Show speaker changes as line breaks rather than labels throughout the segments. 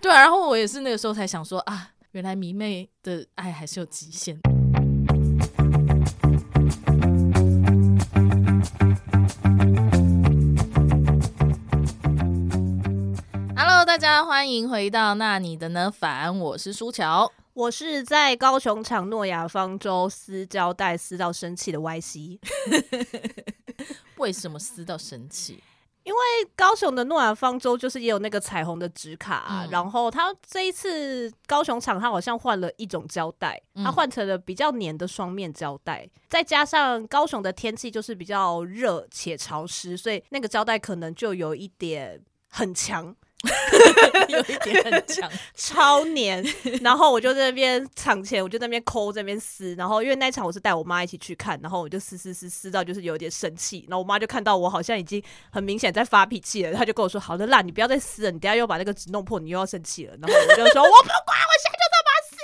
对啊，然后我也是那个时候才想说啊，原来迷妹的爱还是有极限。Hello，大家欢迎回到那你的呢反，我是舒乔。
我是在高雄场诺亚方舟撕胶带撕到生气的 YC，
为什么撕到生气？
高雄的诺亚方舟就是也有那个彩虹的纸卡、啊
嗯
然后他这一次高雄场他好像换了一种胶带，
嗯
他换成了比较黏的双面胶带，再加上高雄的天气就是比较热且潮湿，所以那个胶带可能就有一点很强。
有一点很强，
超黏，然后我就在那边场前，我就在那边抠，在那边撕，然后因为那一场我是带我妈一起去看，然后我就撕撕撕撕到就是有点生气，然后我妈就看到我好像已经很明显在发脾气了，她就跟我说：“好的啦，你不要再撕了，你等下又把那个纸弄破，你又要生气了。”然后我就说：“我不管，我现在就要把它撕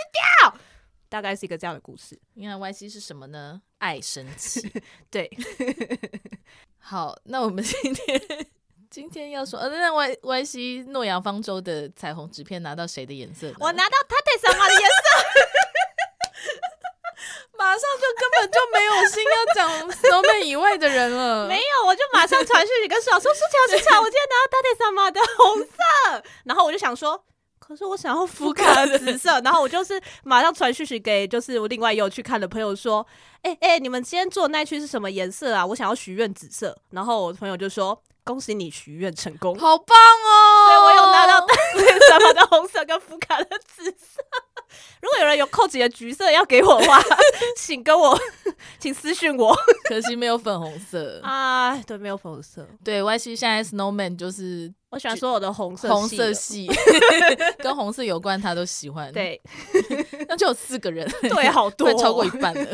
掉。”大概是一个这样的故事，
因为 YC 是什么呢？爱生气。
对，
好，那我们 今天今天要说，呃，那 Y Y C 诺亚方舟的彩虹纸片拿到谁的颜色呢？
我拿到他对什么的颜色，
马上就根本就没有心要讲 Snowman 以外的人了。
没有，我就马上传讯息跟小说舒乔舒乔，我今天拿到大地萨玛的红色，然后我就想说。可是我想要福卡的紫 色，然后我就是马上传讯息给，就是我另外也有去看的朋友说，哎、哎、你们今天做的那一区是什么颜色啊？我想要许愿紫色。然后我朋友就说，恭喜你许愿成 功。
好棒哦！
所以我有拿到大 地萨玛的红色跟福卡的紫色。如果有人有扣几的橘色要给我的话， 请跟我， 请私讯我
可惜没有粉红色。
啊。对，没有粉红色。
对，Y C 现在 Snowman 就是
我喜欢所有的红色
红
系的
色系， 跟红色有关他都喜欢。，
对
那就有四个人，
对，好多
会超过一半了。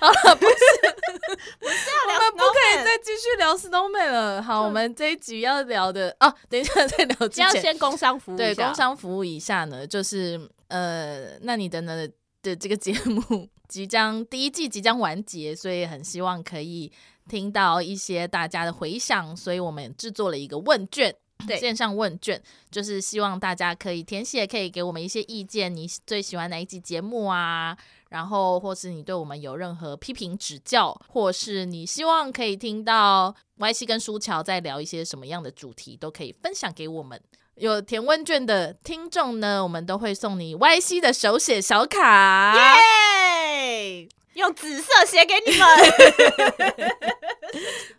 好了，不
我
们不可 以再继续聊 Snowman 了。好，
就
我们这一集要聊的啊，等一下 再聊之
要
前，
先工商服务
对
一下
工商服务一下呢，就是呃，那你的呢的这个节目 即将第一季即将完结，所以很希望可以听到一些大家的回响，所以我们制作了一个问卷。
对
线上问卷就是希望大家可以填写，可以给我们一些意见，你最喜欢哪一集节目啊？然后或是你对我们有任何批评指教，或是你希望可以听到 Y 西跟舒乔在聊一些什么样的主题，都可以分享给我们。有填问卷的听众呢，我们都会送你 Y C 的手写小卡。
耶，用紫色写给你们，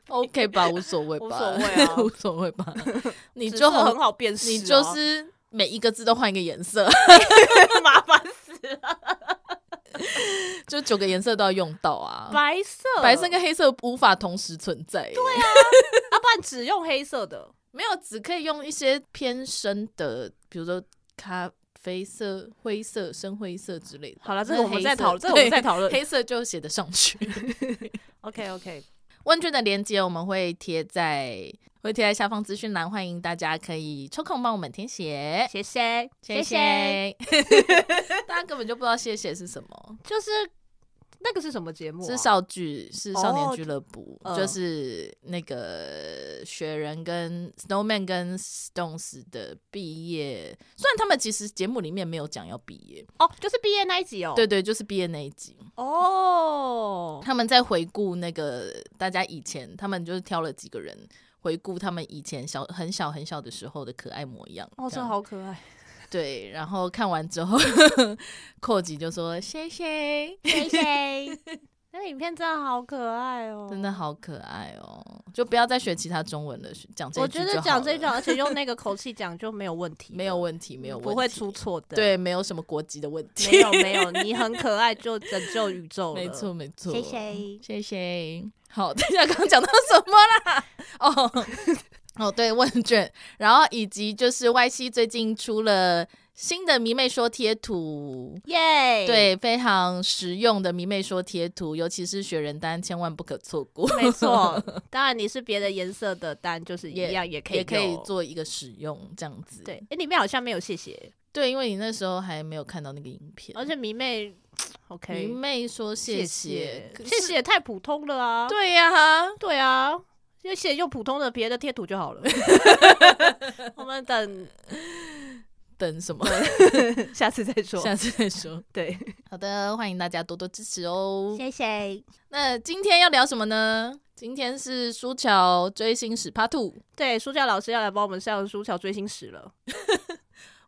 OK 吧，无所谓吧，
无所谓啊
无所谓 吧。 你
紫
就
色很
很，
好辨识啊，
你 就是每一个字都换一个颜色，
麻烦死了，
就九个颜色都要用到 啊。
白色
白色跟黑色无法同时存在，对啊，
阿半只用黑色的，
没有只可以用一些偏深的，比如说咖啡色、灰色、深灰色之类的。
好了，这
那
个我们
黑
再
色
讨论，这个我们
对
再讨论
黑色就写得上 去。
，OK OK，
问卷的链接我们会贴在会贴在下方资讯栏，欢迎大家可以抽空帮我们填写，
谢谢
谢谢。 大家根本就不知道谢谢是什么，
就是那个是什么节目啊？
是少剧，是少年
哦
俱乐部，
嗯
就是那个雪人跟 Snowman 跟 Stones 的毕业。虽然他们其实节目里面没有讲要毕业，
哦，就是毕业那一集哦，
对对，就是毕业那一集，
哦，
他们在回顾那个大家以前，他们就是挑了几个人回顾他们以前小很小很小的时候的可爱模样。
哦，
这
真
样
的好可爱，
对。然后看完之后， 寇吉就说：“谢谢，
谢 谢。那个影片真的好可爱哦，
真的好可爱哦！”就不要再学其他中文了，讲这一
我
句
觉得
就好
讲这
了
种，而且用那 个口气讲就没有问题，嗯
没有问题，没有问题，
不会出错的。，
对，没有什么国籍的问题。
没 有没有，你很可爱，就拯救宇宙了。
没错，，没错，
谢谢
谢谢。好，等一下，刚刚讲到什么啦？哦，哦，对，问卷，然后以及就是 Y C 最近出了新的迷妹说贴图。
耶！，
对，非常实用的迷妹说贴图，尤其是雪人单，千万不可错过，
没错。当然你是别的颜色的单，就是一样也可 以
也可以
用。
做一个使用这样子。
对，哎，里面好像没有谢谢，
对，因为你那时候还没有看到那个影片，
而且迷妹
迷
，OK，
妹说谢
谢，
可
谢
是
谢也太普通了啊。
对呀、
对啊，就写用普通的别的贴图就 好了。我们等
等什么？
下次再说。
下次再说。
对，
好的，欢迎大家多多支持哦。
谢谢。
那今天要聊什么呢？今天是苏乔追星史 Part Two。
对，书教老师要来帮我们上书乔追星史了。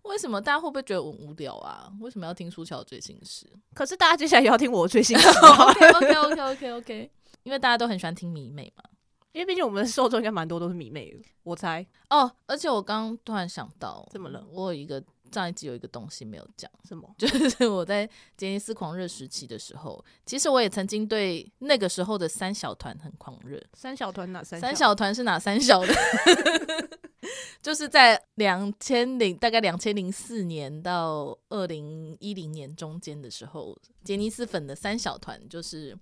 为什么大家会不会觉得我无聊啊？为什么要听苏乔追星 史
可是大家接下来也要听我追星史 啊，
？OK OK OK OK OK，因为大家都很喜欢听迷妹嘛。
因为毕竟我们的受众应该蛮多都是迷妹的，我猜
哦，而且我刚刚突然想到，
怎么了？
我有一个上一集有一个东西没有讲，
什么？
就是我在杰尼斯狂热时期的时候，其实我也曾经对那个时候的三小团很狂热。
三小团哪三
三小团是哪三小的？ 就是在两千零大概两千零四年到二零一零年中间的时候，杰尼斯粉的三小团就是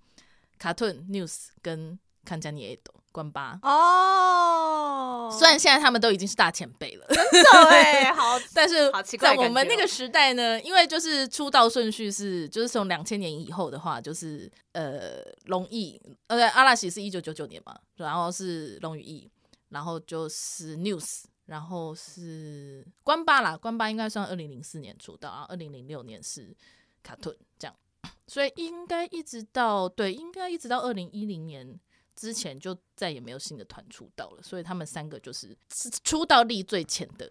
卡顿 News 跟看家你 A 斗关八。
哦，
虽 然现在他们都已经是大前辈了，欸
错哎、 好
但是
好奇怪
在
的
我
感
们
觉
那
哦
个时代呢，因为就是出道顺序是，就是从两千年以后的话，就是呃龙毅，呃对阿拉西是一九九九年嘛，然后是龙与翼，然后就是 News，然后是关八啦，关八应该算二零零四年出道，然后二零零六年是卡顿这样，所以应该一直到对，应该一直到二零一零年。之前就再也没有新的团出道了，所以他们三个就是是出道力最浅的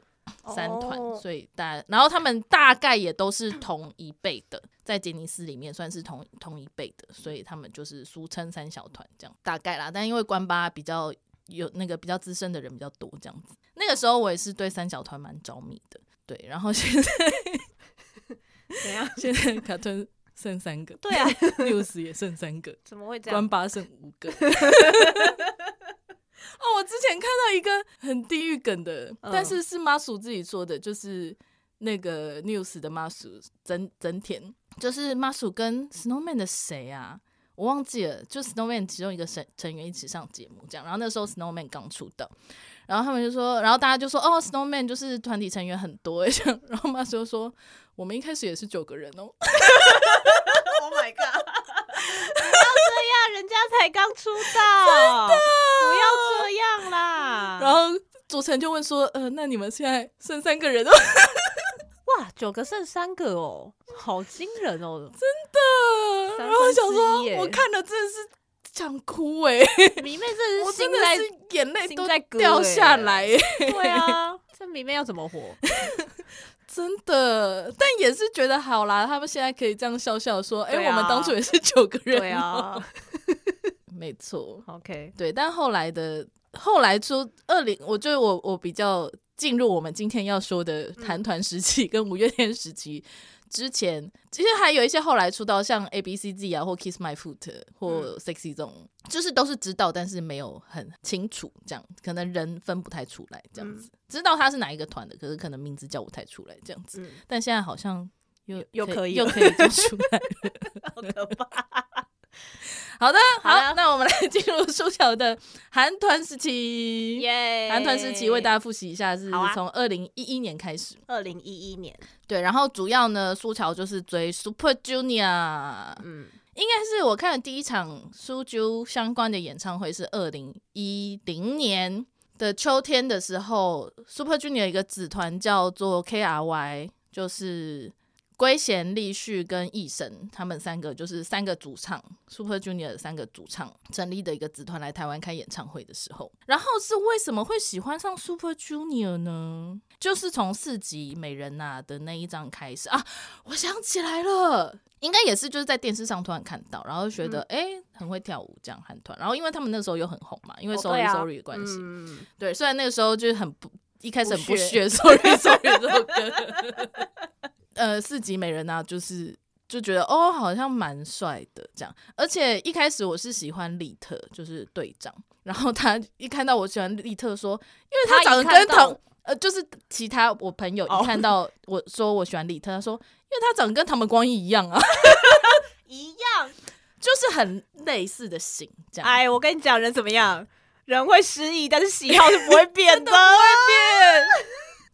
三团，
哦
所以大然后他们大概也都是同一辈的，在杰尼斯里面算是同同一辈的，所以他们就是俗称三小团这样大概啦。但因为关八比较有那个比较资深的人比较多这样子，那个时候我也是对三小团蛮着迷的，对。然后 现在
怎样？
现在卡顿剩三个，
对啊，
六十也剩三个，
怎么会这
关
样？
八剩五 个。哦，我之前看到一个很地狱梗的，
嗯
但是是妈叔自己说的，就是那个 news 的妈叔真真田，就是妈叔跟 Snowman 的谁啊？我忘记了，就 Snowman 其中一个成成员一起上节目这样，然后那时候 Snowman 刚出道，然后他们就说，然后大家就说，哦，Snowman 就是团体成员很多欸这样， 然后妈叔就说，我们一开始也是九个人哦，
Oh my god！不 要这样，人家才刚出 道，不要这样啦。
然后主持人就问说：“呃，那你们现在剩三个人了？哦
哇，九个剩三个哦，好惊人哦！
然
三
后我
分
想
之一耶
说，我看了真的是想哭哎、
迷妹真的
我
是心
真的
在，
是眼泪都
心在割
掉
欸
下来、欸，
对啊，这迷妹要怎么活？
真的。但也是觉得好啦，他们现在可以这样笑笑说：“哎、
对
我们
啊
当初也是九个人。”
对，啊
没错，
，OK，
对。但后来的后来出二零，我觉得我我比较进入我们今天要说的
嗯
韩团时期跟五月天时期。之前其实还有一些后来出道，像 A B C Z 啊，或 Kiss My Foot
嗯
或 Sexy 这种，就是都是知道，但是没有很清楚，这样可能人分不太出来，这
嗯
样子、知道他是哪一个团的，可是可能名字叫不太出来，这样子。
嗯，
但现在好像又
又可以
又
了
可以叫出来，
好可怕。
好的，好，
好啊的
那我们来进入苏乔的韩团时期。
耶！
韩团时期为大家复习一下，是
好啊
从二零一一年开始。
二零一一年，
对，然后主要呢，苏乔就是追 Super Junior，
嗯，
应该是我看的第一场苏啾相关的演唱会是二零一零年的秋天的时候，Super Junior 有一个子团叫做 KRY，就是圭贤、立旭跟艺神他们三个，就是三个主唱 Super Junior 的三个主唱成立的一个子团来台湾开演唱会的时候，然后是为什么会喜欢上 Super Junior 呢？就是从四集《美人呐、的那一张开始啊，我想起来了，应该也是就是在电视上突然看到，然后就觉得
嗯
哎、诶很会跳舞这样韩团，然后因为他们那时候又很红嘛，因为
哦
Sorry
对啊
Sorry 的关系，
嗯
对，虽然那个时候就是很不，一开始很不
不
屑
屑
，sorry sorry 这首歌。呃，四级美人啊，就是就觉得哦，好像蛮帅的这样。而且一开始我是喜欢利特，就是队长，然后他一看到我喜欢利特，说，因为
他
长得
一看
跟
到
唐呃，就是其他我朋友一
哦
看到我说我喜欢利特，他说，因为他长得跟唐本光一一样啊，
一样。
就是很类似的型这样。
哎，我跟你讲，人怎么样？人会失忆，但是喜好是不会变的。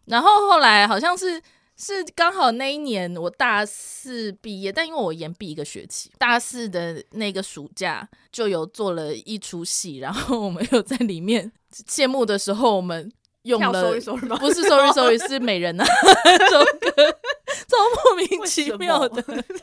然后后来好像是是刚好那一年我大四毕业，但因为我延毕一个学期，大四的那个暑假就有做了一出戏，然后我们又在里面谢幕的时候，我们用
跳
了
收一收吗？
不是 sorry sorry 是美人啊 这首歌，超莫名其妙的
为什么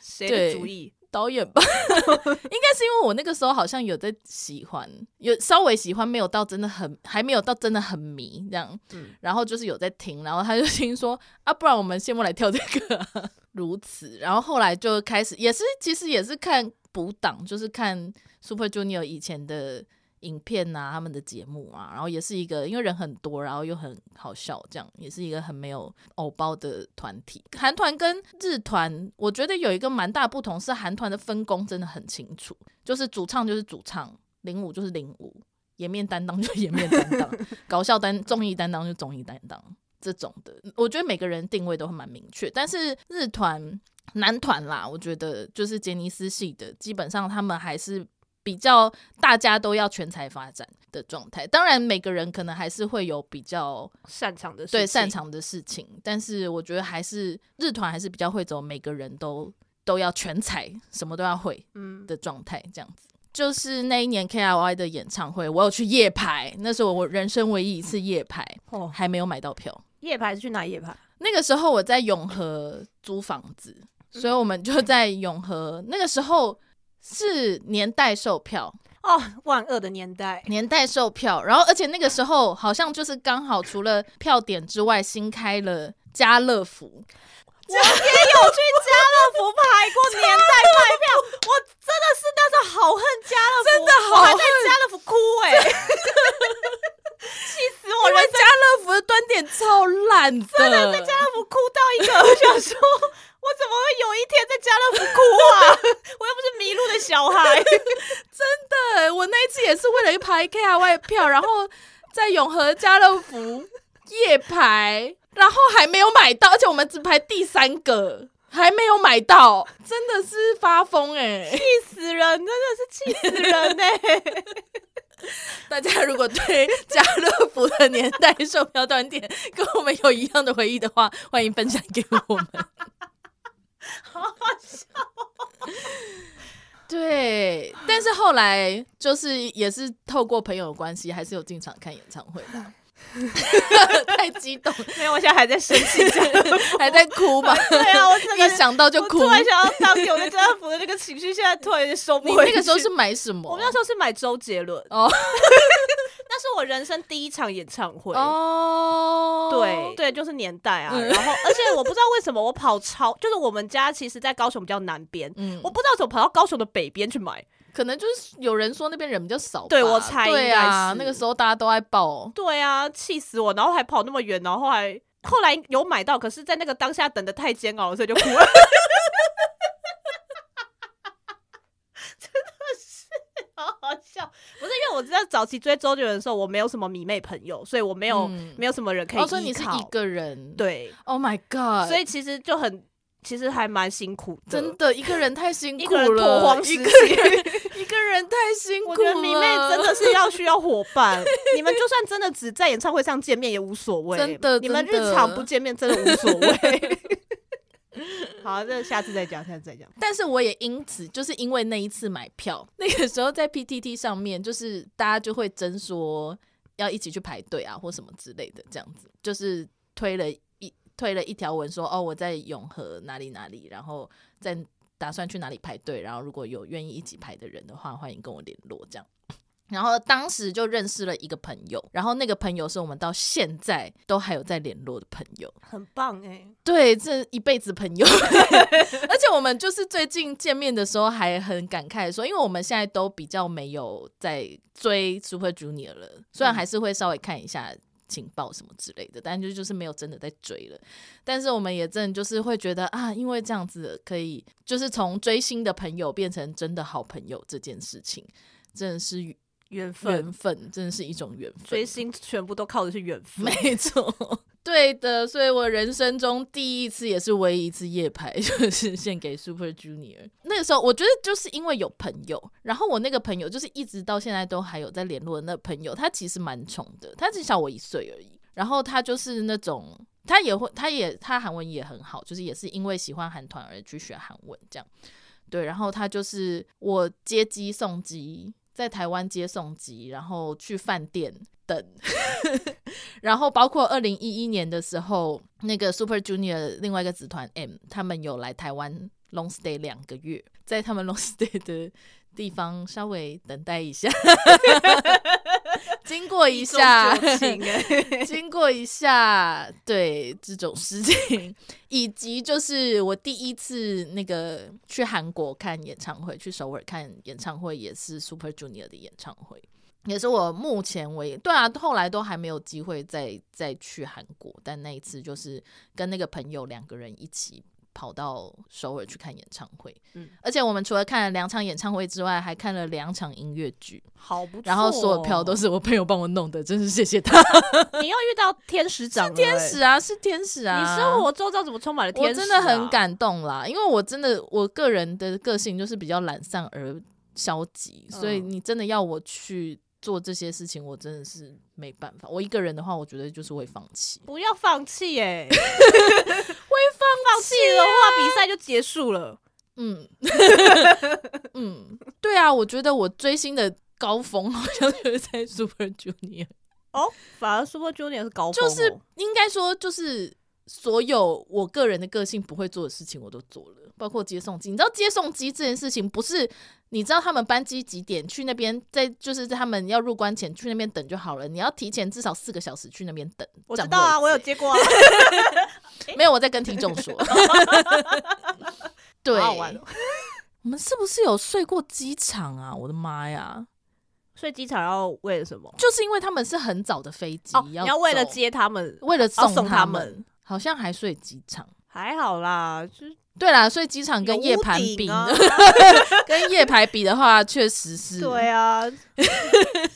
谁
对
的主意？
导演 吧，应该是因为我那个时候好像有在喜欢，有稍微喜欢，没有到真的很，还没有到真的很迷这样。
嗯
然后就是有在听，然后他就听说啊，不然我们谢幕来跳这个 啊、如此。然后后来就开始，也是其实也是看补档，就是看 Super Junior 以前的影片啊，他们的节目啊，然后也是一个因为人很多，然后又很好笑，这样也是一个很没有偶包的团体。韩团跟日团，我觉得有一个蛮大的不同是韩团的分工真的很清楚，就是主唱就是主唱，领舞就是领舞，颜面担当就颜面担当，搞笑担综艺担当就综艺担当这种的，我觉得每个人定位都会蛮明确。但是日团、男团啦，我觉得就是杰尼斯系的，基本上他们还是。比较大家都要全才发展的状态，当然每个人可能还是会有比较
擅长的事
对
情
擅长的事情，但是我觉得还是日团还是比较会走，每个人都都要全才，什么都要会
嗯，
的状态，这样子。就是那一年 K R Y 的演唱会，我有去夜排，那是我人生唯一一次夜排，
哦，
还没有买到票。
夜排是去哪夜排？
那个时候我在永和租房子，所以我们就在永和。那个时候是年代售票，
哦，万恶的年代，
年代售票，然后而且那个时候好像就是刚好除了票点之外，新开了家乐福，
我也有去家乐福排 过年代卖票，我真的是那时候好恨家乐福，真
的好恨
我还在家乐福哭哎、 气死我！
因
人
为家乐福的端点超烂的，真的
家乐福哭到一个，我想说，我怎么会有一天在家乐福 哭啊？我又不是迷路的小孩，
对，我那一次也是为了一排 K R Y 票，然后在永和家乐福夜排，然后还没有买到，而且我们只排第三个，还没有买到，真的是发疯哎、
气死人，真的是气死人哎、
欸大家如果对家乐福的年代售票端点跟我们有一样的回忆的话，欢迎分享给我们。
好好笑。哦
对，但是后来就是也是透过朋友的关系，还是有进场看演唱会 的。太激动，
没有，我现在还在生气。
还在哭吧？
对啊，我真的
一想到就
我
哭。
突然想到当年我在家乐福的那个情绪，现在突然有点收不
你
回
那个时候
去
是买什么？啊
我们那时候是买周杰伦
哦
那是我人生第一场演唱会。
哦，
对对，就是年代啊，
嗯
然后而且我不知道为什么我跑超，就是我们家其实，在高雄比较南边，
嗯
我，不知道怎么跑到高雄的北边去买。
可能就是有人说那边人比较少吧，
对我猜
对
应该
啊，
是
那个时候大家都爱报，
对啊，气死我！然后还跑那么远，然后还后来有买到，可是，在那个当下等的太煎熬了，所以就哭了。 真的是好好笑，不是因为我知道早期追周杰伦的时候，我没有什么迷妹朋友，所以我没有、
嗯
没有什么人可以
哦，
依靠。
所以你是一个人，
对，
，Oh my God，
所以其实就很，其实还蛮辛苦的，
真的一个人太辛
一
苦
个人拓
了，
荒
一
时
个
期。
一个人太辛苦
我
了，
觉得迷妹真的是要需要伙伴， 你们就算真的只在演唱会上见面也无所谓，
真的
你们日
真的
常不见面真的无所谓。 好，那下次再讲，下次再讲。
但是我也因此，就是因为那一次买票， 那个时候在 PTT 上面，就是大家就会争说要一起去排队啊，或什么之类的，这样子，就是推了一推了一条文说，哦，我在永和哪里哪里，然后在打算去哪里排队，然后如果有愿意一起排的人的话，欢迎跟我联络，这样。然后当时就认识了一个朋友，然后那个朋友是我们到现在都还有在联络的朋友，
很棒哎、
对，这一辈子朋友， 而且我们就是最近见面的时候还很感慨地说，因为我们现在都比较没有在追 Super Junior 了，虽
嗯
然还是会稍微看一下情报什么之类的，但就就是没有真的在追了。但是我们也真的就是会觉得啊，因为这样子可以，就是从追星的朋友变成真的好朋友这件事情，真的是
缘分，
缘分，真的是一种缘分。
追星全部都靠的是缘分。
没错， 对的，所以我人生中第一次也是唯一一次夜排， 就是献给 Super Junior。那个时候，我觉得就是因为有朋友，然后我那个朋友就是一直到现在都还有在联络的那个朋友，他其实蛮宠的，他只小我一岁而已。然后他就是那种他也会，他也他韩文也很好，就是也是因为喜欢韩团而去学韩文这样。对，然后他就是我接机送机，在台湾接送机，然后去饭店等，然后包括二零一一年的时候，那个 Super Junior 另外一个子团 M 他们有来台湾 long stay 两个月，在他们 long stay 的地方稍微等待一下，经过一下
一。中九情 欸
经过一下，对这种事情，以及就是我第一次那个去韩国看演唱会，去首尔看演唱会，也是 Super Junior 的演唱会，也是我目前为对啊，后来都还没有机会再再去韩国，但那一次就是跟那个朋友两个人一起。跑到首尔去看演唱会，
嗯
而且我们除了看了两场演唱会之外，还看了两场音乐剧，
好不错哦、
然后所有票都是我朋友帮我弄的，真是谢谢他。
你要遇到天使长了欸，
天使啊，是天使啊！
你生活周遭怎么充满了天
我
使、啊？
真的很，感动啦，因为我真的我个人的个性就是比较懒散而消极，
嗯
所以你真的要我去做这些事情，我真的是没办法。我一个人的话，我觉得就是会放弃。
不要放弃 哎、会放放弃的
啊
话，比赛就结束了。
嗯， 嗯，对啊，我觉得我追星的高峰好像就是在 Super Junior，
哦，反而 Super Junior 是高峰、
就
哦，
是应该说就是。所有我个人的个性不会做的事情，我都做了，包括接送机。你知道接送机这件事情，不是你知道他们班机几点去那边，在就是在他们要入关前去那边等就好了。你要提前至少四个小时去那边等。
我
占
知道啊，
位置
我有接 过啊，
没有我在跟听众 说。对，
好好玩、哦。
我们是不是有睡过机场啊？我的妈呀！
所以机场要为了什么？
就是因为他们是很早的飞机，
哦，你要为了，接他们，
为了
要
送
送
他
他
们，
们，
好像还睡机场。
还好啦，就是
对啦，所以机场跟
有
夜
屋
盘
顶
比，
啊
跟夜排比的话，确实是。
对 啊，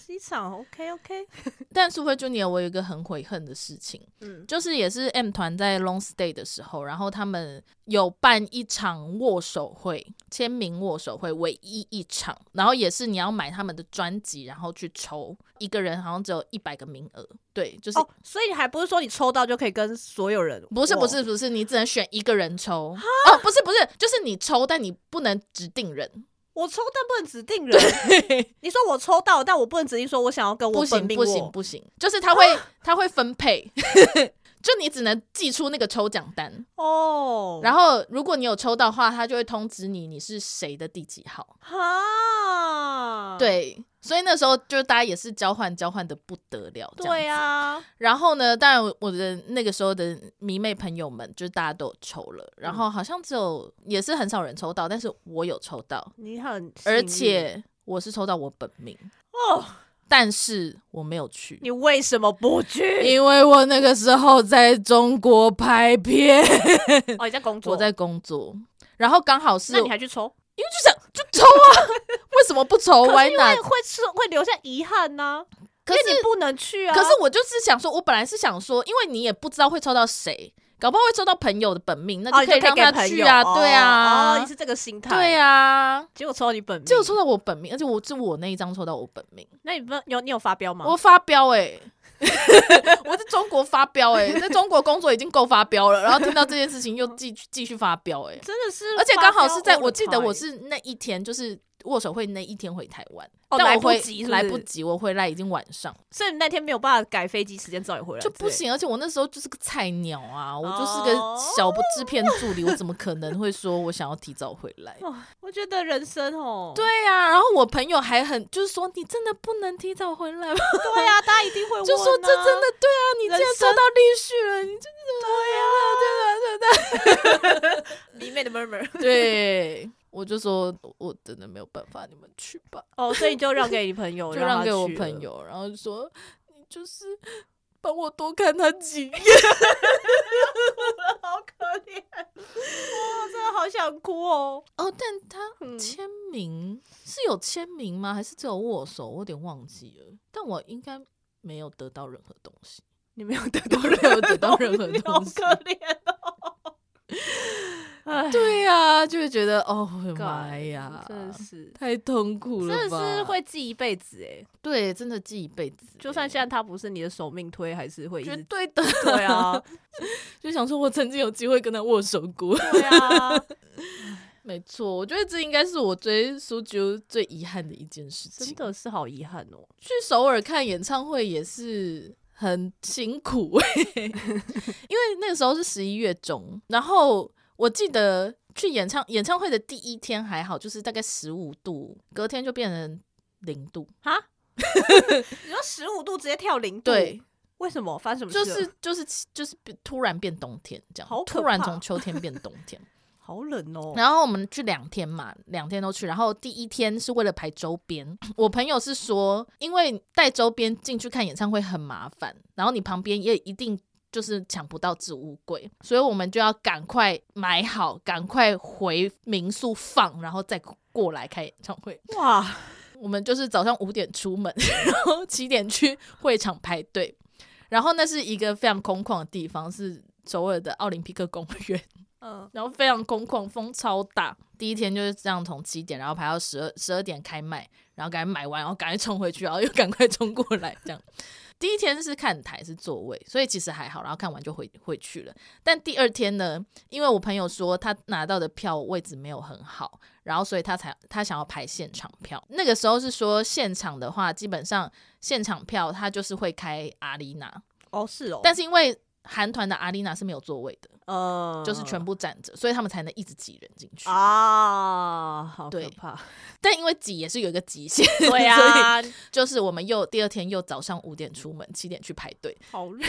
机场 OK OK，
但 Super Junior 我有一个很悔恨的事情，
嗯，
就是也是 M 团在 Long Stay 的时候，然后他们有办一场握手会，签名握手会，唯一一场，然后也是你要买他们的专辑，然后去抽，一个人好像只有一百个名额，对，就是。
哦，所以还不是说你抽到就可以跟所有人？
不是
哇
不是，不是，你只能选一个人抽哦，不是不是，就是你抽，但你不能指定人，
我抽但不能指定人。你说我抽到，但我不能指定说我想要跟我
不行
本命
不行
握。
不行，就是 他会他会分配， 就你只能寄出那个抽奖单，
哦，
然
后
后如果你有抽到的话，他就会通知你你是谁的第几号。
哈，
对，所以那时候就大家也是交换交换的不得了，这样
对
子。
啊，
然后呢，当然我的那个时候的迷妹朋友们，就是大家都有抽了，
嗯
然后好像只有也是很少人抽到，但是我有抽到，
你很幸运，
而且我是抽到我本命，
哦，
但是我没有去。
你为什么不 去？
因为我那个时候在中国拍片，
哦，你在工作，
我在工作，然后刚好是
那你还去抽？
就想就抽啊， 为什么不抽
可
？Why
是因为
not？
会是会留下遗憾呢、
哦可
因
是
为你不能去啊。
可是我就是想说，我本来是想说，因为你也不知道会抽到谁，搞不好会抽到朋友的本命，那
哦，你
可以
就可
让
以给
他
朋
去
友
啊，
哦
对啊，
哦，你是这个心态，
对。啊。
结果抽到你本命，
结果抽到我本命，而且我是我那一张抽到我本命，
那你不有你有发飙吗？
我发飙哎、 我在中国发飙哎、在中国工作已经够发飙了，然后听到这件事情又继续继续发飙哎、
真的是 发飙 all the time，
而且刚好是在我记得我是那一天就是握手会那一天回台湾，
哦
但我
来不
回
及是不
来
是
不及，我回来已经晚上。
所以你那天没有办法改飞机时间早点回来，
就不。行，而且我那时候就是个菜鸟啊，我就是个
哦
小不制片助理，我怎么可能会说我想要提早回来？
哦，我觉得人生哦，
对啊呀、然后我朋友还很就是说你真的不能提早回来吗？
对啊，大家一定会问、啊，
就说这真的对啊，你
人
竟然抽
生啊
到立旭了，你真啊的
迷妹的 murmur
对对对对对对对，我就说我真的没有办法，你们去吧，
哦，所以你就让给你朋友，
就
让
让
他
给我
去了
朋。友，然后就说你就是帮我多看他几眼。
好可怜，哇，真的好想哭哦。
哦，但他
嗯
签名是有签名吗？还是只有握手？我有点忘记了，但我应该没有得到任何东西，
你没有得到
我没有得到任何
你好
东西。
可怜哦。哎，
对呀、就会觉得哦，我的妈呀，
真的是，
太痛苦了吧，
真的是会记一辈子哎。
对，真的记一辈子欸，
就算现在他不是你的手命推，还是会 一
绝
直
对的，
对啊。
就想说我曾经有机会跟他握手过。
对 啊，
没错，我觉得这应该是我追苏九最遗憾的一件事
真
情。
的是好遗憾哦。
去首尔看演唱会也是很辛苦，欸 因为那个时候是十一月中，然后我记得去演唱演唱会的第一天还好，就是大概十五度，隔天就变成零度。
哈，你说十五度直接跳零度，
对，，
为什么？发生什么事
就
了？
是就是就是突然变冬天这样，
啊好可
突然
怕
从秋天变冬天。
好冷哦。
然后我们去两天嘛，两天都去。然后第一天是为了排周边， 我朋友是说，因为带周边进去看演唱会很麻烦，然后你旁边也一定就是抢不到置物柜，所以我们就要赶快买好，赶快回民宿放，然后再过来开演唱会。
哇，
我们就是早上五点出门， 然后七点去会场排队。然后那是一个非常空旷的地方，是首尔的奥林匹克公园。
嗯，
然后非常空旷，风超大。第一天就是这样，从七点然后排到十二十二点开卖，然后赶快买完，然后赶快冲回去，然后又赶快冲过来，这样。第一天是看台是座位，所以其实还好，然后看完就回回去了。但第二天呢，因为我朋友说他拿到的票位置没有很好，然后所以他才他想要排现场票。那个时候是说现场的话，基本上现场票他就是会开阿丽娜，
哦是哦，
但是因为韩团的阿丽娜是没有座位的，
呃，
就是全部站着，所以他们才能一直挤人进去。
啊，好
对
可怕。
但因为挤也是有一个极限，
对
所以
啊，
就是我们又第二天又早上五点出门，七点去排队。
好累。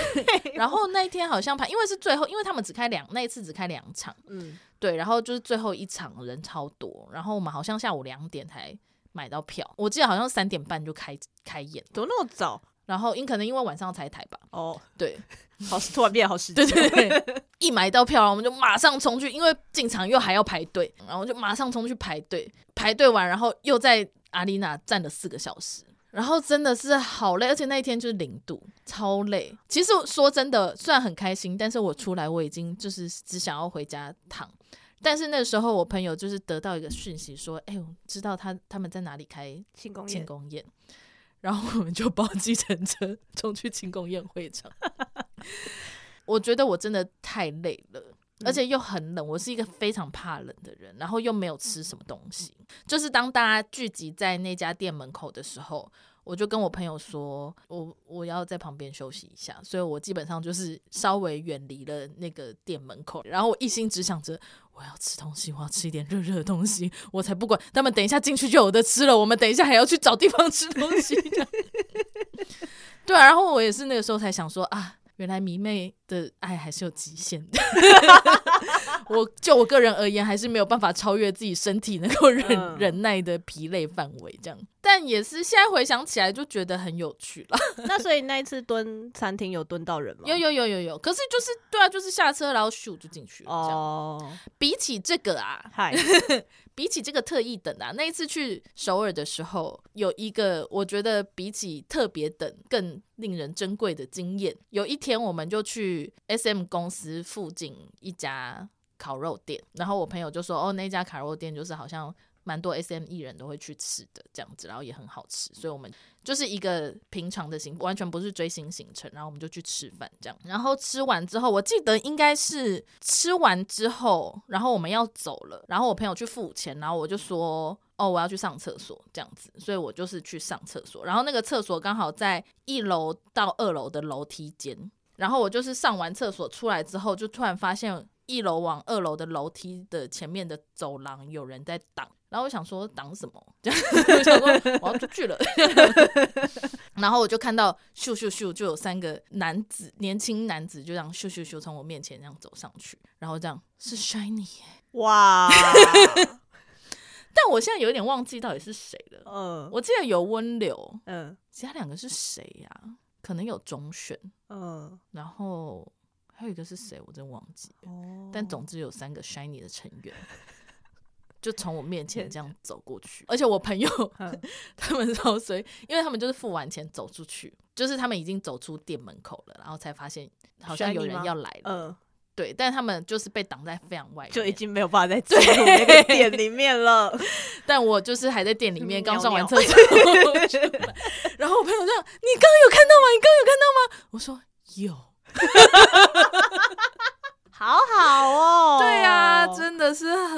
然后那一天好像排，因为是最后，因为他们只开两，那一次只开两场，
嗯，
对，然后就是最后一场人超多，然后我们好像下午两点才买到票，我记得好像三点半就开开演，
怎么那么早？
然后因可能因为晚上才台吧，
哦，
对，
好，突然变得好时间。
对对对， 一买到票，然后我们就马上冲去，因为进场又还要排队，然后就马上冲去排队。排队完，然后又在阿丽娜站了四个小时，然后真的是好累，而且那一天就是零度，超累。其实说真的，虽然很开心，但是我出来我已经就是只想要回家躺。但是那时候我朋友就是得到一个讯息说，哎、呦，知道他他们在哪里开
庆功
庆
宴，
功宴，然后我们就包计程车冲去庆功宴会场。我觉得我真的太累了，而且又很冷。我是一个非常怕冷的人，然后又没有吃什么东西。就是当大家聚集在那家店门口的时候，我就跟我朋友说，我我要在旁边休息一下，所以我基本上就是稍微远离了那个店门口，然后我一心只想着我要吃东西，我要吃一点热热的东西，我才不管他们等一下进去就有的吃了，我们等一下还要去找地方吃东西。 这样对啊，然后我也是那个时候才想说啊，原来迷妹的爱还是有极限的。我就我个人而言，还是没有办法超越自己身体能够忍、
嗯
忍耐的疲累范围，这样。但也是现在回想起来，就觉得很有趣了。
那所以那一次蹲餐厅有蹲到人吗？
有有有有有，可是就是对啊，就是下车然后咻就进去了。这样
哦，
比起这个啊，
嗨，
比起这个特意等啊，那一次去首尔的时候，有一个我觉得比起特别等更令人珍贵的经验。有一天，我们就去 S M 公司附近一家烤肉店，然后我朋友就说：“哦，那家烤肉店就是好像蛮多 S M 艺人都会去吃的这样子，然后也很好吃。”所以我们就是一个平常的行，完全不是追星行程。然后我们就去吃饭这样，然后吃完之后，我记得应该是吃完之后，然后我们要走了，然后我朋友去付钱，然后我就说。哦，我要去上厕所，这样子，所以我就是去上厕所。然后那个厕所刚好在一楼到二楼的楼梯间，然后我就是上完厕所出来之后，就突然发现一楼往二楼的楼梯的前面的走廊有人在挡，然后我想说挡什么， 这样我想说我要出去了，然后我就看到咻咻咻就有三个男子，年轻男子就这样咻咻咻从我面前这样走上去，然后这样是 Shiny，耶
哇，
但我现在有点忘记到底是谁了，
嗯
我记得有温流，
嗯
其他两个是谁呀、可能有钟铉，
嗯，
然后还有一个是谁，我真忘记。
哦
但总之有三个 Shiny 的成员，就从我面前这样走过去，而且我朋友
嗯
他们超随，因为他们就是付完钱走出去，就是他们已经走出店门口了，然后才发现好像有
Shiny
人
吗
要来了，
嗯，
对，但他们就是被挡在非常外面，
就已经没有办法再进入那个店里面了。
但我就是还在店里 面
嗯
刚上完
尿
厕所出来，然后我朋友就说：“你刚刚有看到吗？你刚刚有看到吗？”我说：“有。”
哦
啊
啊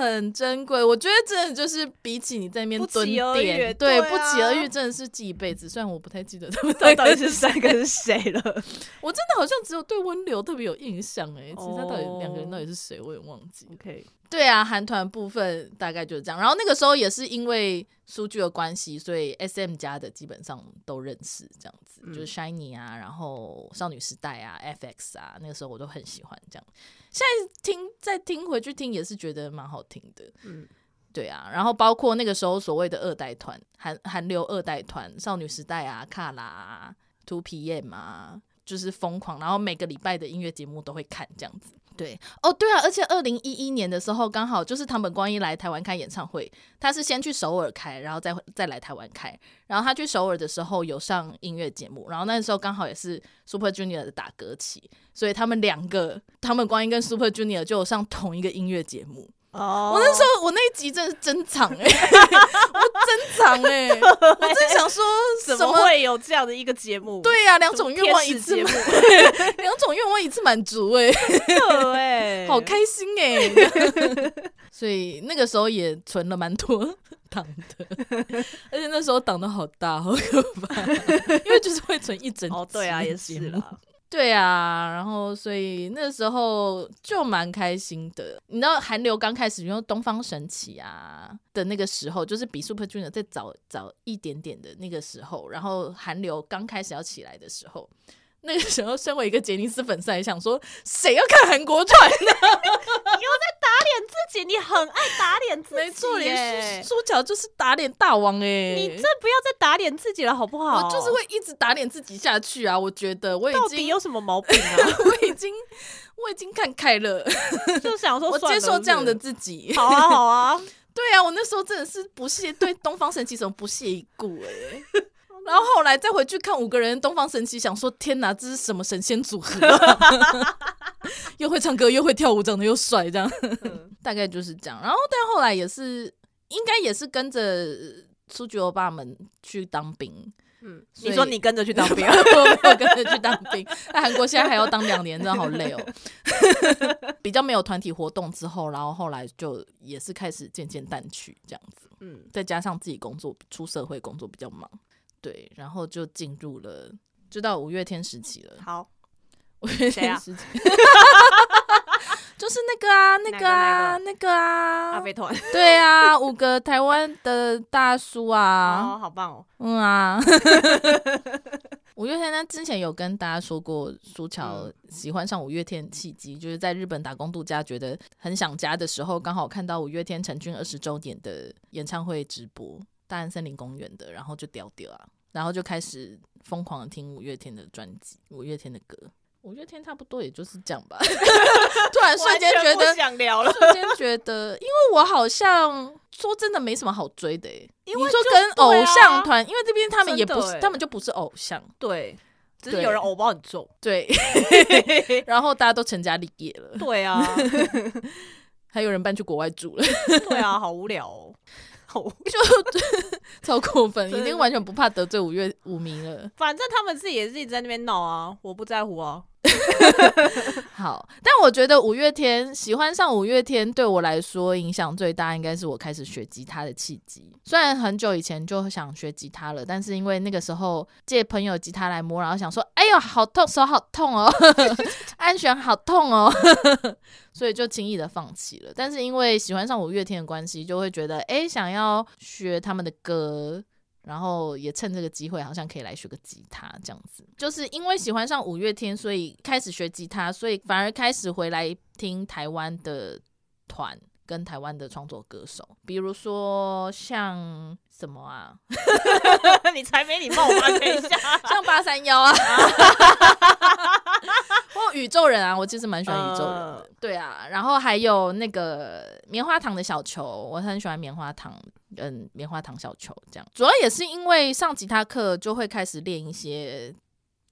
很珍贵。我觉得真的就是比起你在那边
不
蹲
期而遇
点，
对啊
不期而遇真的是记一辈子。虽然我不太记得他们
到
到
底
底
是
是，
三个是谁了？
我真的好像只有对温流特别有印象哎、其实他到底
哦
两个人到底是谁，我也忘记了。
OK，
对啊，韩团部分大概就是这样。然后那个时候也是因为数据的关系，所以 S M 家的基本上都认识，这样子、
嗯
就是 Shiny 啊，然后少女时代啊，F X 啊，那个时候我都很喜欢这样。现在听再听回去听也是觉得蛮好听的，
嗯
对啊。然后包括那个时候所谓的二代团，韩韩流二代团，少女时代啊，卡拉啊，Two PM 啊，就是疯狂，然后每个礼拜的音乐节目都会看这样子。对，哦，对啊，而且二零一一年的时候，刚好就是唐本光一来台湾开演唱会，他是先去首尔开，然后再再来台湾开。然后他去首尔的时候有上音乐节目，然后那时候刚好也是 Super Junior 的打歌期，所以他们两个，唐本光一跟 Super Junior 就有上同一个音乐节目。
哦
我那时候我那一集真的是珍藏 哎、我珍藏哎、我真想说
怎
什
么会有这样的一个节目？
对呀、两
什么
种愿
电
望
视
一次
节目，
满， 两种愿望一次满足哎、
哎，
好开心哎、欸！ 所以那个时候也存了蛮多党 的，而且那时候党的好大，好可怕，因为就是会存一整
哦，对啊，
集的
也
节
是
目
啦，
对啊，然后所以那时候就蛮开心的。你知道韩流刚开始，用东方神起啊的那个时候，就是比 Super Junior 再早早一点点的那个时候，然后韩流刚开始要起来的时候。那个时候，身为一个杰尼斯粉丝，还想说谁要看韩国团？
自己你很爱打脸自己耶，
没错， 连猪猪脚就是打脸大王哎、
你这不要再打脸自己了，好不好？
我就是会一直打脸自己下去啊！我觉得我已
到底
经
有什么毛病 啊？
我已经我已经看开了，
就想说
我
算
接
了
受这样的
是
自己
不是。好啊，好啊，
对啊，我那时候真的是不屑 对东方神起什么不屑一顾哎、然后后来再回去看五个人的东方神起，想说天哪，这是什么神仙组合啊、 又会唱歌，又会跳舞，长得又帅，这样
嗯
大概就是这样。然后但后来也是，应该也是跟着苏菊欧巴们去当兵。
嗯，
所以，
你说你跟着去当 兵
我没有跟着去当兵，在韩国现在还要当两年，真的好累哦。 比较没有团体活动之后，然后后来就也是开始渐渐淡去这样子。
嗯，
再加上自己工作出社会工作比较忙，对，然后就进入了就到五月天时期了。
好，
五月
谁
天
啊
时期， 就是那个啊，那个啊，那个
阿
啊，
飞团，
对啊，五个台湾的大叔啊，
哦，好棒哦，
嗯啊。五月天他之前有跟大家说过，苏乔喜欢上五月天的契机，就是在日本打工度假，觉得很想家的时候，刚好看到五月天成军二十周年的演唱会直播，大安森林公园的，然后就屌屌啊，然后就开始疯狂的听五月天的专辑、五月天的歌。五月天差不多也就是这样吧，突然瞬间觉
完全
得
不想聊了，
瞬间觉得，因为我好像说真的没什么好追的、欸，
因为
你说
就
跟
对啊
偶像团，因为这边他们也
真
不
的
是，
欸
他们就不是偶像，
对，只是
对
有人偶包 很重，
对，然后大家都成家立业了，
对啊，
还有人搬去国外住了，
对啊，好无聊哦，好无聊，
超过分，
真的
已经完全不怕得罪五月五迷了。
反正他们自己也是一直在那边闹啊，我不在乎啊，
好，但我觉得五月天喜欢上五月天对我来说影响最大，应该是我开始学吉他的契机。虽然很久以前就想学吉他了，但是因为那个时候借朋友吉他来摸，然后想说，哎呦，好痛，手好痛哦， 安全好痛哦， 所以就轻易的放弃了。但是因为喜欢上五月天的关系，就会觉得，哎，想要学他们的歌，然后也趁这个机会，好像可以来学个吉他这样子。就是因为喜欢上五月天，所以开始学吉他，所以反而开始回来听台湾的团跟台湾的创作歌手，比如说像什么啊，
你才没礼貌吧？等一 下，
像八三幺啊， 或宇宙人啊，我其实蛮喜欢宇宙人的。
呃
对啊，然后还有那个棉花糖的小球，我很喜欢棉花糖，嗯，棉花糖小球这样。主要也是因为上吉他课就会开始练一些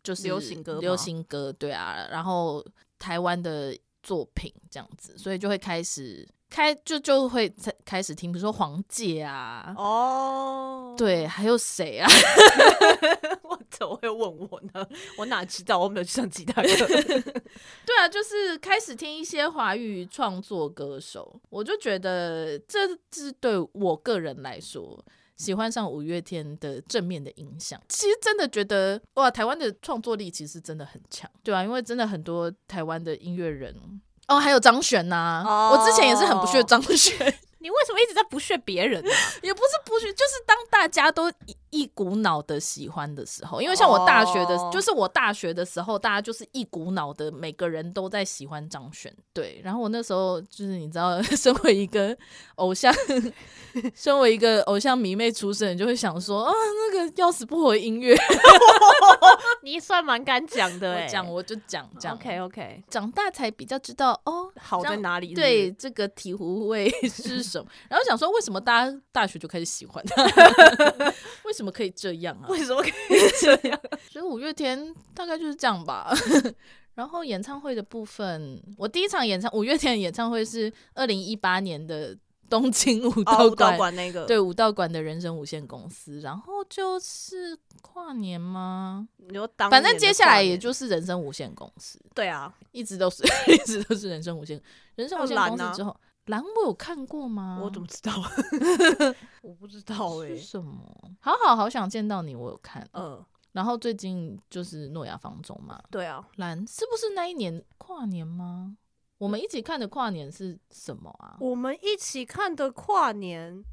就是
流行歌吗
流行歌对啊，然后台湾的作品这样子，所以就会开始开就就会才开始听，比如说黄玠啊，
哦，
对，还有谁啊？
我怎么会问我呢？我哪知道？我没有去上吉他课。
对啊，就是开始听一些华语创作歌手，我就觉得这是对我个人来说。喜欢上五月天的正面的影响，其实真的觉得哇，台湾的创作力其实真的很强，对啊，因为真的很多台湾的音乐人哦，还有张悬呐、
哦
我之前也是很不屑张悬，
你为什么一直在不屑别人 呢、
也不是不屑，就是当大家都一一股脑的喜欢的时候，因为像我大学的
哦
就是我大学的时候，大家就是一股脑的，每个人都在喜欢张悬，对。然后我那时候就是你知道， 身为一个偶像， 身为一个偶像迷妹出身，你就会想说啊，那个要死不活的音乐，
你算蛮敢讲的哎、
我讲我就讲讲。
OK 嗯 OK，
长大才比较知道哦，
好
这
在
样
哪里？
对，这个醍醐味是什么？然后想说，为什么大家大学就开始喜欢 他？为什么可以这样啊？
为什么可以这 样？
所以五月天大概就是这样吧。 然后演唱会的部分，我第一场演唱五月天的演唱会是二零一八年的东京武
哦，
道
武道
馆，
馆那个，
对武道馆的人生无限公司。然后就是跨年吗？
你说当
反正
年的
接下来
跨年
也就是人生无限公司，
对啊，
一直都是 一直都是人生无限人生无限
还有
公
蓝啊
司之后，蓝我有看过吗？
我怎么知 道？我不知道哎、
是什么？好好好想见到你，我有看。
嗯，
然后最近就是诺亚方舟嘛，
对啊，
蓝是不是那一年跨年吗？我们一起看的跨年是什么啊？我
我们一起看的跨年，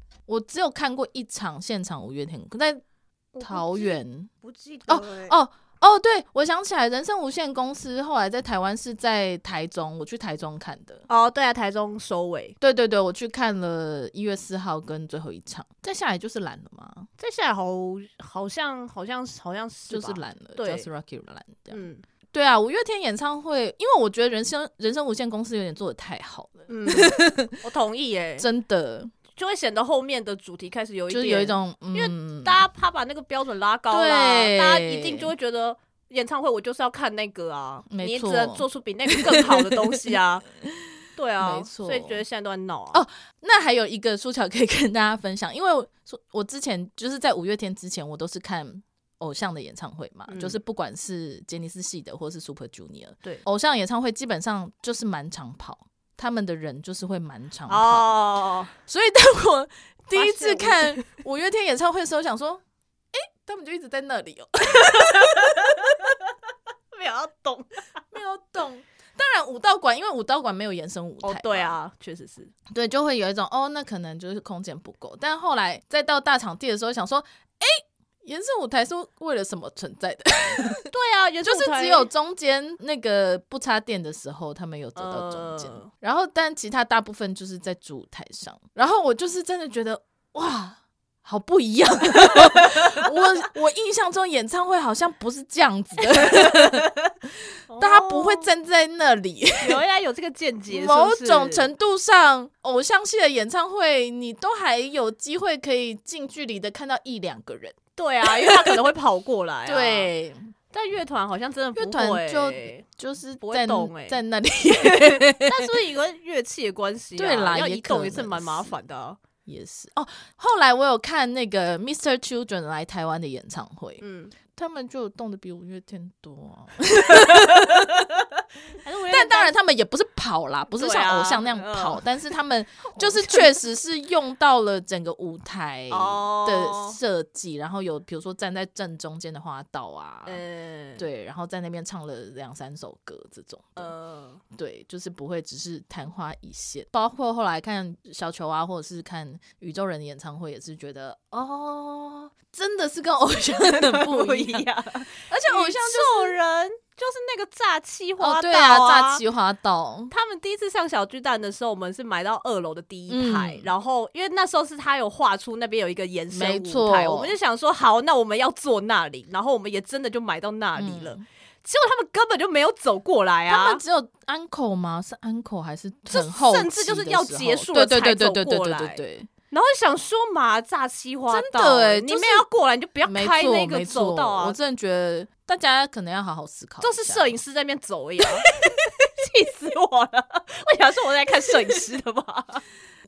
只有看过一场现场五月天，在
我不
桃
记
园。
不记得
哦
欸
哦哦，对，我想起来，人生无限公司后来在台湾是在台中，我去台中看的。
哦，对啊，台中收尾，
对对对，我去看了一月四号跟最后一场，再下来就是蓝了嘛，
再下来好好像好像好像是
就是
吧，
蓝了，
对
就是 Rocky 蓝这样。
嗯
对啊，五月天演唱会，因为我觉得人生人生无限公司有点做的太好了，
嗯，我同意耶、
真的
就会显得后面的主题开始有一
就
点，
是有一种，嗯、
为大家怕把那个标准拉高啦，
对
大家一定就会觉得。演唱会我就是要看那个啊，
没
你只
错
能做出比那个更好的东 西啊，对啊，
没错
所以觉得现在都在闹啊。
哦那还有一个苏巧可以 跟大家分享，因为我我之前就是在五月天之前，我都是看偶像的演唱会嘛，
嗯
就是不管是杰尼斯系的或是 Super Junior，
对
偶像演唱会基本上就是满场跑，他们的人就是会满场跑，
哦，
所以当 我第一次
发现
看五月天演唱会的时候，想说，哎、他们就一直在那里哦，
没有要懂
没有懂。当然，武道馆因为武道馆没有延伸舞台、
哦，对，啊，确实是
对，就会有一种哦，那可能就是空间不够。但后来再到大场地的时候，想说，哎、延伸舞台是为了什么存在的？
对啊，也
就是只有中间那个不插电的时候，他们有走到中间，
嗯
然后但其他大部分就是在主舞台上。然后我就是真的觉得哇。好不一样， 我我印象中演唱会好像不是这样子的， 大家不会站在那里，
哦原来有这个见解，
某
是不是
种程度上，偶像系的演唱会，你都还有机会可以近距离的看到一两个人。
对啊，因为他可能会跑过来、啊。，
对，
但乐团好像真的不
乐团
会
就
欸
就是
不会
在
动欸
在那里
但是不是因为乐器的关系、啊，
对啦
要
也
移
可
动也是
能
蛮麻
是
烦的、啊。
也是哦。后来我有看那个 Mr. Children 来台湾的演唱会，
嗯，哎
他们就动的比五月天多啊、
还是我有
但
点
当然，他们也不是跑啦，不是
对啊
像偶像那样跑，
嗯
但是他们就是确实是用到了整个舞台
哦
的设计，然后有比如说站在正中间的花道啊，
呃，
对，然后在那边唱了两三首歌这种的，
呃，
对，就是不会只是昙花一现。包括后来看小球啊，或者是看宇宙人的演唱会，也是觉得哦，真的是跟偶像 的不一样，，而且偶像
兽人就是那个炸气花
哦，
道
对啊，
啊
炸旗花道，
他们第一次上小巨蛋的时候，我们是买到二楼的第一排，
嗯
然后因为那时候是他有画出那边有一个延伸
没
舞台，
错
我们就想说好，那我们要坐那里，然后我们也真的就买到那里了。结果他们根本就没有走过
嗯
来
他
啊
们！只有 uncle 吗？是 uncle 还是
这
很后期
甚
的时候？
至就是要结束
对
了
对对对
才
对
走
对
过
对
来
对对，
然后想说嘛，炸西花道，
真的欸
你
就是
们要过来你就不要
没
开那
错
个
没
走
错
道，
我
啊，
真的觉得大家可能要好好思考一下，
都是摄影师在那边走而 已、啊，气死我了！我想说我在看摄影师的吧，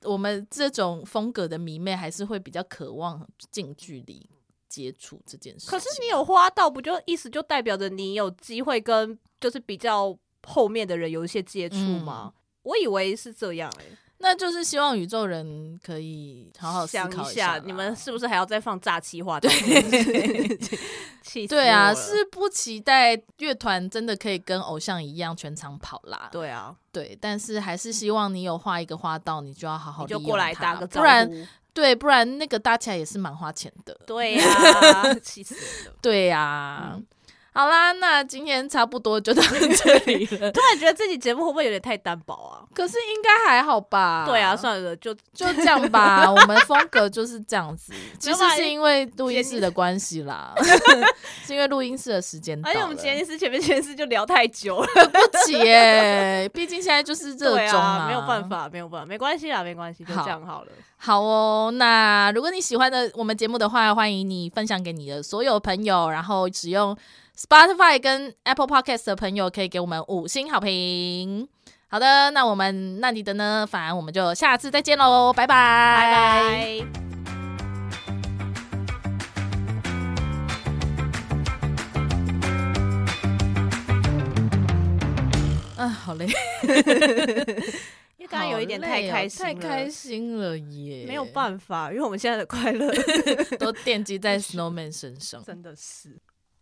我们这种风格的迷妹还是会比较渴望近距离接触这件事情。
可是你有花到，不就意思就代表着你有机会跟就是比较后面的人有一些接触
嗯
吗？我以为是这样哎、
那就是希望宇宙人可以好好思
想
考
下，
啦
你们是不是还要再放诈欺话？对， 气死
对啊，
我了
是不期待乐团真的可以跟偶像一样全场跑啦。
对啊，
对，但是还是希望你有画一个花道，你就要好好利
你就
用
过来
它
打个招
不然
呼。
对，不然那个搭起来也是蛮花钱的。
对 呀、气死人了！
对呀、
啊
嗯好啦，那今天差不多就到这里 了。
突然觉得这期节目会不会有点太单薄啊？
可是应该还好吧？
对啊，算了，就
就这样 吧。我们风格就是这样子，其实是因为录音室的关系啦， 是因为录音室的时间到
而
了。
哎且我们前一次前面前一次就聊太久了，
不起耶，毕竟现在就是热
对
衷
啊，没有办。法，没有办法，没关系啦，没关系，就
好
这样好了。
好哦，那如果你喜欢的我们节目的话，欢迎你分享给你的所有朋友，然后使用 Spotify 跟 Apple Podcast 的朋友可以给我们五星好评。好的，那我们那你的呢？反正我们就下次再见喽，拜拜，拜
拜拜。
啊，好累，
因为刚刚有一点
好累
太
哦
开心了，
太开心了耶，
没有办法，因为我们现在的快乐
法，都惦记在 Snowman 身上。
真的是。